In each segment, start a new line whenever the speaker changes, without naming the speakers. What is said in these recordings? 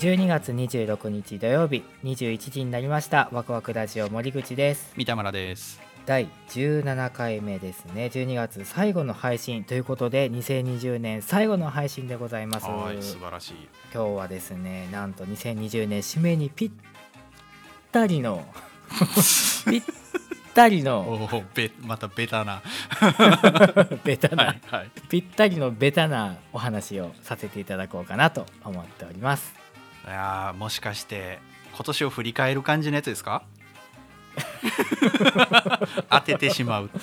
12月26日土曜日21時になりましたワクワクラジオ森口です
三田村です
第17回目ですね12月最後の配信ということで2020年最後の配信でございます
はい素晴らしい
今日はですねなんと2020年締めにぴったり のぴったり
お
の
おべまたベタな
ベタな、
はいはい
ぴったりのベタなお話をさせていただこうかなと思っております
いやーもしかして今年を振り返る感じのやつです か当ててしまうっていう
Here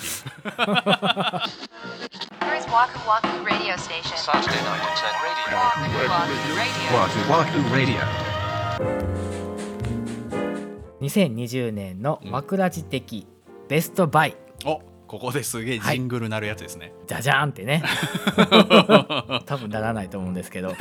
is Waku Waku Radio Station.
Saturday night at
Waku Waku Radio.
2020年の枕地的ベストバイ、
おここですげえジングルなるやつですね、
じゃじゃーんってね 多分ならないと思うんです けど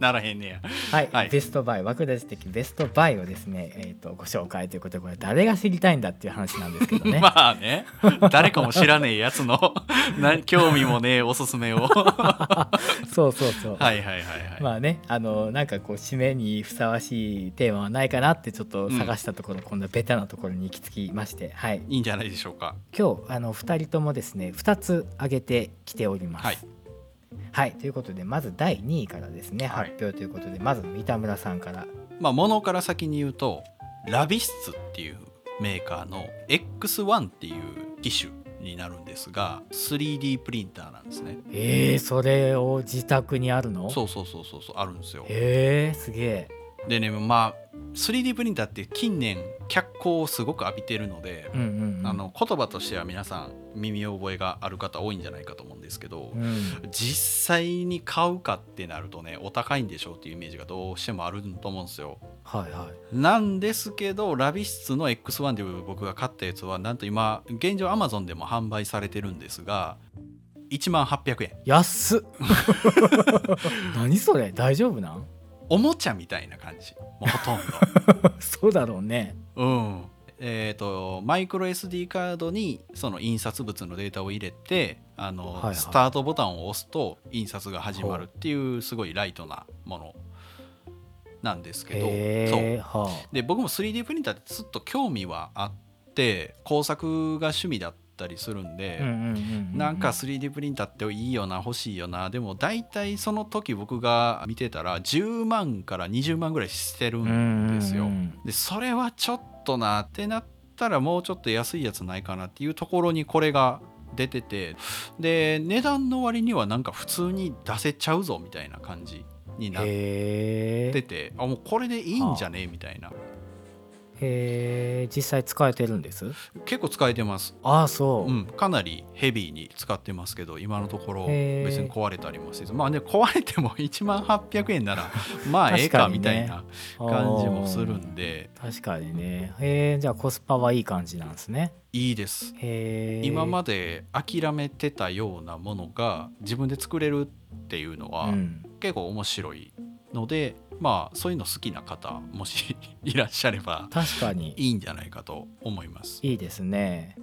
ならへんねや
はい、
はい
ベストバイ枠立ち的ベストバイをですね、えー、とご紹介ということでこれ誰が知りたいんだっていう話なんですけどね、
まあね誰かも知らねえやつのな興味もねえおすすめをは
そうそうそう、
いはいはいはい、
まあねあのなんかこう締めにふさわしいテーマはないかなってちょっと探したところ、こんなベタなところに行き着きましてはい
いいんじゃないでしょうか
今日あの2人ともですね2つ挙げてきております。
はい
はいということでまず第2位からですね
はい
発表ということで、まず三田村さんから
まあ、ものから先に言うとラビッツっていうメーカーの X1 っていう機種になるんですが 3D プリンターなんですね
「えー、それを自宅にあるの?」
そうそうそうそうそうあるんですよ
えー、すげえ。
でねまあ 3D プリンターって近年脚光をすごく浴びてるので、
うんうんうん、
あの言葉としては皆さん耳覚えがある方多いんじゃないかと思うんですけど、
うん、
実際に買うかってなるとねお高いんでしょうっていうイメージがどうしてもあると思うんですよ
はいはい。
なんですけど、ラビッツの X1 で僕が買ったやつは、なんと今、現状 Amazon でも販売されてるんですが、1万800円。
安っ何それ大丈夫なん
おもちゃみたいな感じ。もうほとん
そうだろうね。
ど。うん。えっ、と、マイクロ SD カードにその印刷物のデータを入れて、あの、
はいはい
スタートボタンを押すと印刷が始まるっていう、すごいライトなものなんですけど、そう。
へえは
で僕も 3D プリンターってずっと興味はあって工作が趣味だったりするん
あ
で、
うんうんうんうん。
なんか 3D プリンターっていいよな欲しいよなでも大体その時僕が見てたら10万から20万ぐらいしてるんですよ。
うんうんうん
でそれはちょっとなってなったらもうちょっと安いやつないかなっていうところにこれが出ててで値段の割にはなんか普通に出せちゃうぞみたいな感じになっ
へ
て
え
てあもうこれでいいんじゃねみたいな
へえ実際使えてるんです
結構使えてます、
ああそう。
うん、かなりヘビーに使ってますけど今のところ
へー
別に壊れたりもせずまあね壊れても1万800円 ならまあええか
確かにね
みたいな感じもするんで
あー確かにねへえじゃあコスパはいい感じなんですね
いいです
へえ
今まで諦めてたようなものが自分で作れるっていうのは
うん、
結構面白いのでまあそういうの好きな方もしいらっしゃれば
確かに
いいんじゃないかと思います
いいですね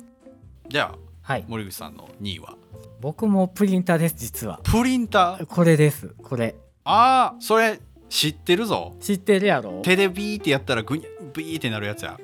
じゃあ
はい
森口さんの2位は
僕もプリンターです実は
プリンター
これですこれ
あーそれ知ってるぞ
知ってるやろ
手でビーってやったらグニャビーってなるやつや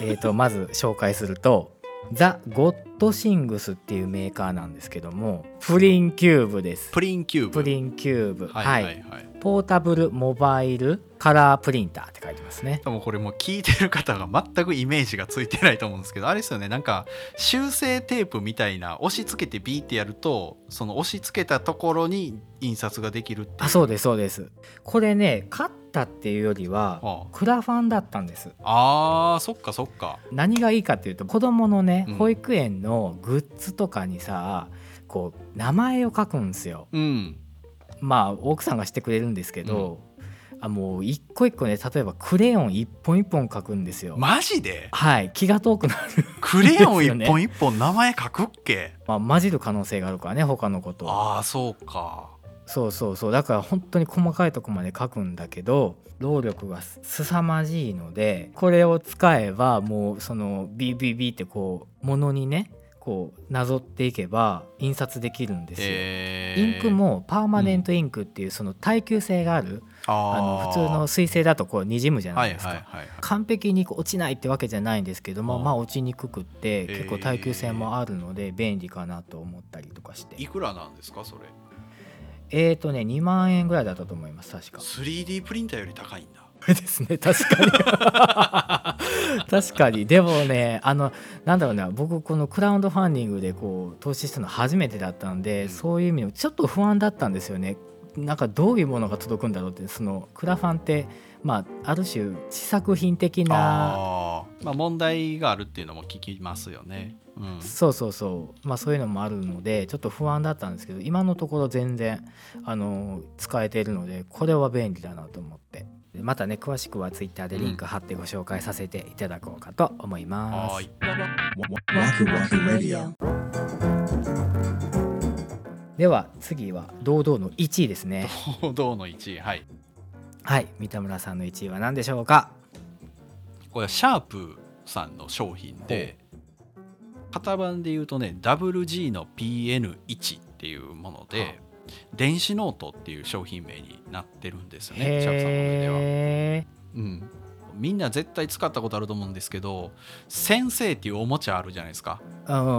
えー、とまず紹介するとザ・ゴッドシングスっていうメーカーなんですけどもプリンキューブです
プリンキューブ
プリンキューブは、
はいいはいはい、
ポータブルモバイルカラープリンターって書いてますね
多分これもう聞いてる方が全くイメージがついてないと思うんですけどあれですよねなんか修正テープみたいな押し付けてビーってやるとその押し付けたところに印刷ができるっていう
あそうですそうですこれね勝ったっていうよりは
あ
クラファンだったんです
あーそっかそっか
何がいいかっていうと子供のね
うん
保育園のグッズとかにさこう名前を書くんですよ
うん
まあ奥さんがしてくれるんですけど、あもう一個一個ね例えばクレヨン一本一本書くんですよ。
マジで
はい気が遠くなる、
クレヨン
です
一
よね
本一本名前書くっけ
まあ、混じる可能性があるからね他のことを
ああそうか
そうそうそうだから本当に細かいとこまで書くんだけど労力がす凄まじいのでこれを使えばもうそのビビビってこうものにねこうなぞっていけば印刷できるんですよ。
えー
インクもパーマネントインクっていうその耐久性がある
あ
あの普通の水性だとこうにじむじゃな
はいい
ですか、
はいはい
完璧にこう落ちないってわけじゃないんですけども、
うん
まあ落ちにくくって結構
えー
耐久性もあるので便利かなと思ったりとかして
いくらなんですかそれ
えーとね2万円ぐらいだったと思います確か
3D プリンターより高いんだ
ですね確かに 確かにでもねあのなんだろうな僕このクラウドファンディングでこう投資したの初めてだったんで、
うん
そういう意味でもちょっと不安だったんですよねなんかどういうものが届くんだろうってそのクラファンってまあある種試作品的な
あーまあ問題があるっていうのも聞きますよね、うん、
そうそうそうまあそういうのもあるのでちょっと不安だったんですけど今のところ全然あの使えているのでこれは便利だなと思ってでまたね詳しくは Twitter でリンク貼ってご紹介させていただこうかと思います、
はーい
Waku Waku Radio.
では次は堂々の1位ですね
堂々の1位はい
はい三田村さんの1位は何でしょうか
これはシャープさんの商品で型番で言うとね WG の PN1 っていうもの
はあ
で電子ノートっていう商品名になってるんですよねシャープさんの上では。
へえ
うん、みんな絶対使ったことあると思うんですけど先生っていうおもちゃあるじゃないですか、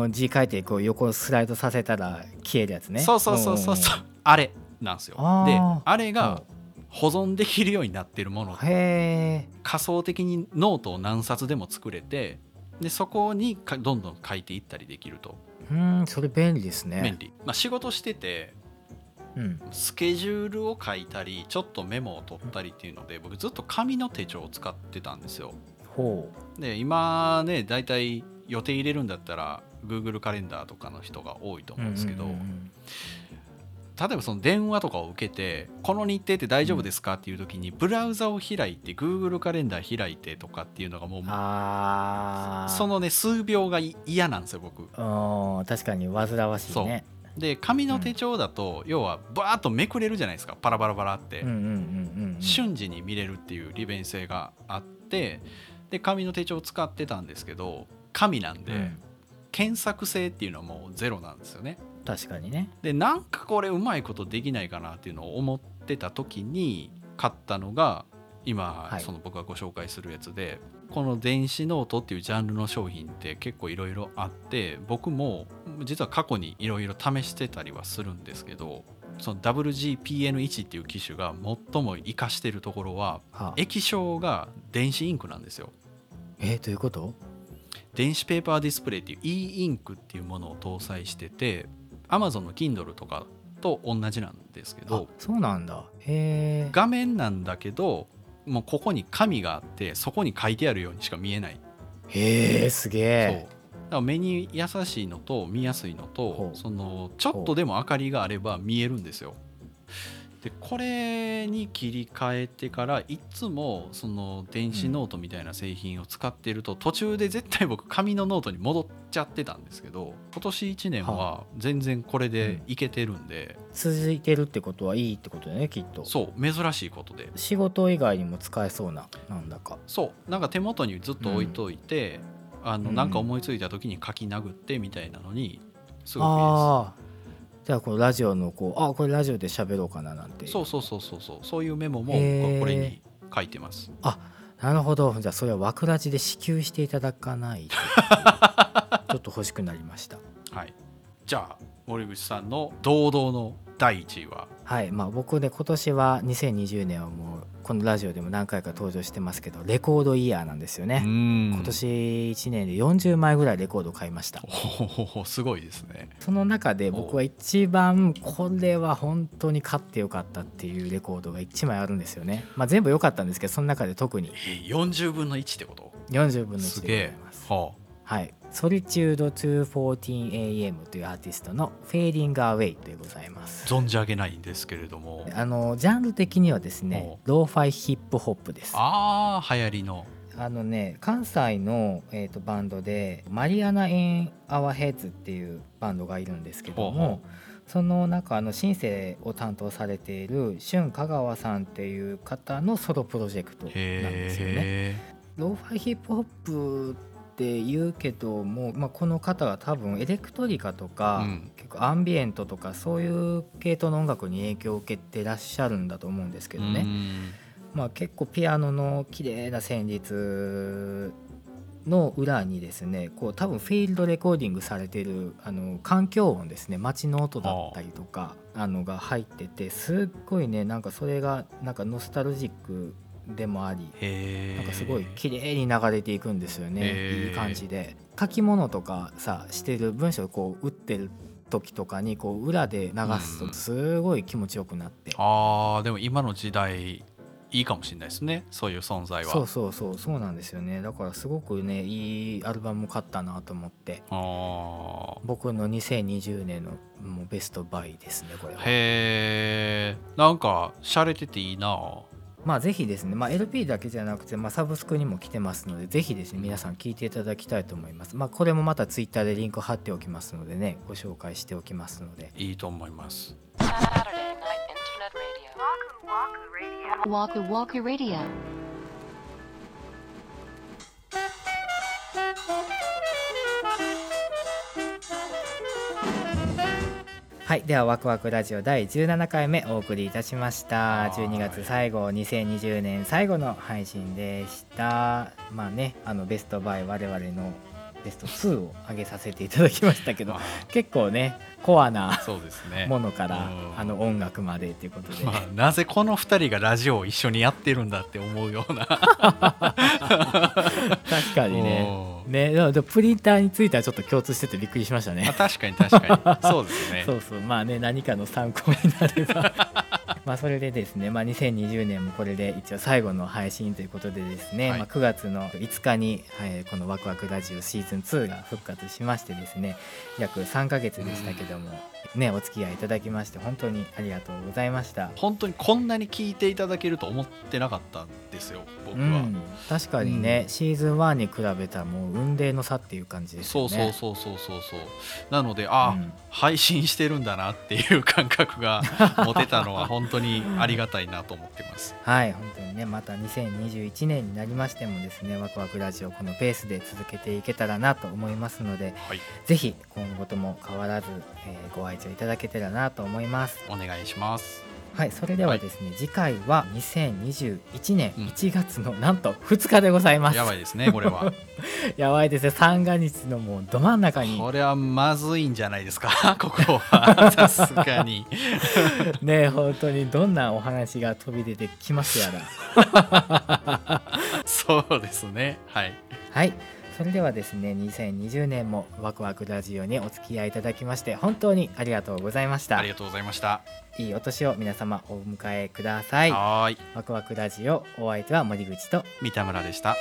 字書いてこう横スライドさせたら消えるやつね
そうそうそうそうそうあれなんですよ
あ
で
ー
あれ
うん
が保存できるようになってるもの
うんへえ
仮想的にノートを何冊でも作れてでそこにかどんどん書いていったりできると
うんそれ便利ですね
便利、まあ、仕事してて
うん
スケジュールを書いたりちょっとメモを取ったりっていうので僕ずっと紙の手帳を使ってたんですよ
ほ
で今ね大体予定入れるんだったら Google カレンダーとかの人が多いと
う
思うんですけど、
うんうんうん
例えばその電話とかを受けてこの日程って大丈夫ですかっていう時にブラウザを開いて Google カレンダー開いてとかっていうのがもう
あー
そのね数秒がい嫌なんですよ僕
うん確かに煩わしいね
で紙の手帳だと、要はバーッとめくれるじゃないですかパラパラパラって、
うんうんうんうんうん
瞬時に見れるっていう利便性があってで紙の手帳を使ってたんですけど紙なんで、
うん
検索性っていうのはもうゼロなんですよね
確かにね
でなんかこれうまいことできないかなっていうのを思ってた時に買ったのが今、
はい
その僕がご紹介するやつでこの電子ノートっていうジャンルの商品って結構いろいろあって僕も実は過去にいろいろ試してたりはするんですけどその WGPN1 っていう機種が最も活かしてるところは
はあ
液晶が電子インクなんですよ。
えどういうこと
電子ペーパーディスプレイっていう e インクっていうものを搭載してて Amazon の Kindle とかと同じなんですけ
あ
ど
そうなんだへえ
画面なんだけどもうここに紙があってそこに書いてあるようにしか見えない、
へえすげ
そう
え
だから目に優しいのと見やすいのと
ほう
そのちょっとでも明かりがあれば見えるんですよでこれに切り替えてからいつもその電子ノートみたいな製品を使ってると、途中で絶対僕紙のノートに戻っちゃってたんですけど今年1年は全然これでいけてるんで、
続いてるってことはいいってことだねきっと
そう珍しいことで
仕事以外にも使えそうななんだか
そうなんか手元にずっと置いといて、あの
うん
なんか思いついた時に書き殴ってみたいなのにすごくいいで
ああーじゃあこのラジオのこうあこれラジオで喋ろうかななんて
すそうそうそうそうそうそういうメモも
へー
これに書いてます
なるほどじゃあそれは枠ラジで支給していただかない とちょっと欲しくなりました
はいじゃあ森口さんの堂々の第1位は
はいまあ、僕ね今年は2020年はもうこのラジオでも何回か登場してますけどレコードイヤーなんですよ
う
ね、
ん
今年1年で40枚ぐらいレコード買いました
ほほほすごいですね
その中で僕は一番これは本当に買ってよかったっていうレコードが1枚あるんですよね、まあ、全部良かったんですけどその中で特に
えー40分の1ってこと
40分の
す
1
げ
で
え
ございます
は
はい「ソリチュード 214AM」というアーティストの「フェーディング・アウェイ」でございます
あ存じ上げないんですけれども
あのジャンル的にはですねローファイヒップホップです
ああ流行りの
あのね関西の、えー、とバンドでマリアナ・イン・アワ・ヘッズっていうバンドがいるんですけども
ほうほ
その中のシンセを担当されている俊香川さんっていう方のソロプロジェクトなんですよね。
へえ
ローファイヒップホップっって言うけども、まあ、この方は多分エレクトリカとか、
うん
結構アンビエントとかそういう系統の音楽に影響を受けてらっしゃるんだと思うんですけどね、
うん
まあ、結構ピアノの綺麗な旋律の裏にですねこう多分フィールドレコーディングされてるあの環境音ですね街の音だったりとかあのが入っててすっごいねなんかそれがなんかノスタルジックでもあり
へえ
なんかすごい綺麗に流れていくんですよね、
へー
いい感じで書き物とかさしてる文章をこう打ってる時とかにこう裏で流す
うん
とすごい気持ちよくなって、
あーでも今の時代いいかもしれないですねそういう存在は
そうそうそうそうなんですよねだからすごくねいいアルバム買ったなと思って
あ
僕の2020年のもうベストバイですねこれ
ー
は。
へえなんか洒落てていいな
まあぜひですね、まあ、LP だけじゃなくて、まあ、サブスクにも来てますのでぜひですね皆さん聞いていただきたいと思います、まあ、これもまた Twitter でリンク貼っておきますのでねご紹介しておきますので
いいと思います
Saturday Night Internet Radio. Waku Waku Radio.
はいではワクワクラジオ第17回目お送りいたしました
はい
12月最後2020年最後の配信でしたまあねあのベストバイ我々のベスト2を上げさせていただきました けど
あ
結構ねコアな
そうですね
ものから
うん
あの音楽までっていうことで、
まあ、なぜこの2人がラジオを一緒にやってるんだって思うよ うな
確かにね
おー
ねでもでもプリンターについてはちょっと共通しててびっくりしましたね
あ確かに確かにそうですね
そうそうまあね何かの参考になれば まあそれでですね、まあ、2020年もこれで一応最後の配信ということでですね、
はい
まあ、9月の5日に、はい、この「ワクワクラジオシーズン2」が復活しましてですね約3ヶ月でしたけども、ね、お付き合いいただきまして本当にありがとうございました。
本当にこんなに聞いていただけると思ってなかったんですよ僕
う
は、
ん、確かにね、シーズン1に比べたらもう雲泥の差っていう感じです
そ
よ
う
ね。
そうそうそうそうそうなのであ、
うん
配信してるんだなっていう感覚が 持てたのは本当にありがたいなと思ってます
はい本当にねまた2021年になりましてもですねワクワクラジオこのペースで続けていけたらなと思いますので
はい
ぜひ今後とも変わらず、えーご愛聴いただけたらなと思います
お願いします
はいそれではですね、次回は2021年
うん
1月のなんと2日でございます、
やばいですねこれは
やばいですね三が日のもうど真ん中に
これはまずいんじゃないで すかここはさすがに
ね本当にどんなお話が飛び出てきますやら
そうですねはい
はいそれではですね2020年もワクワクラジオにお付き合いいただきまして本当にありがとうございました
ありがとうございました
いいお年を皆様お迎えください
はーい
ワクワクラジオお相手は森口と
三田村でした